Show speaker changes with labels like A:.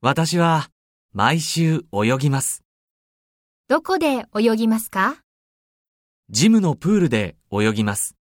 A: 私は毎週泳ぎます。
B: どこで泳ぎますか
A: ジムのプールで泳ぎます。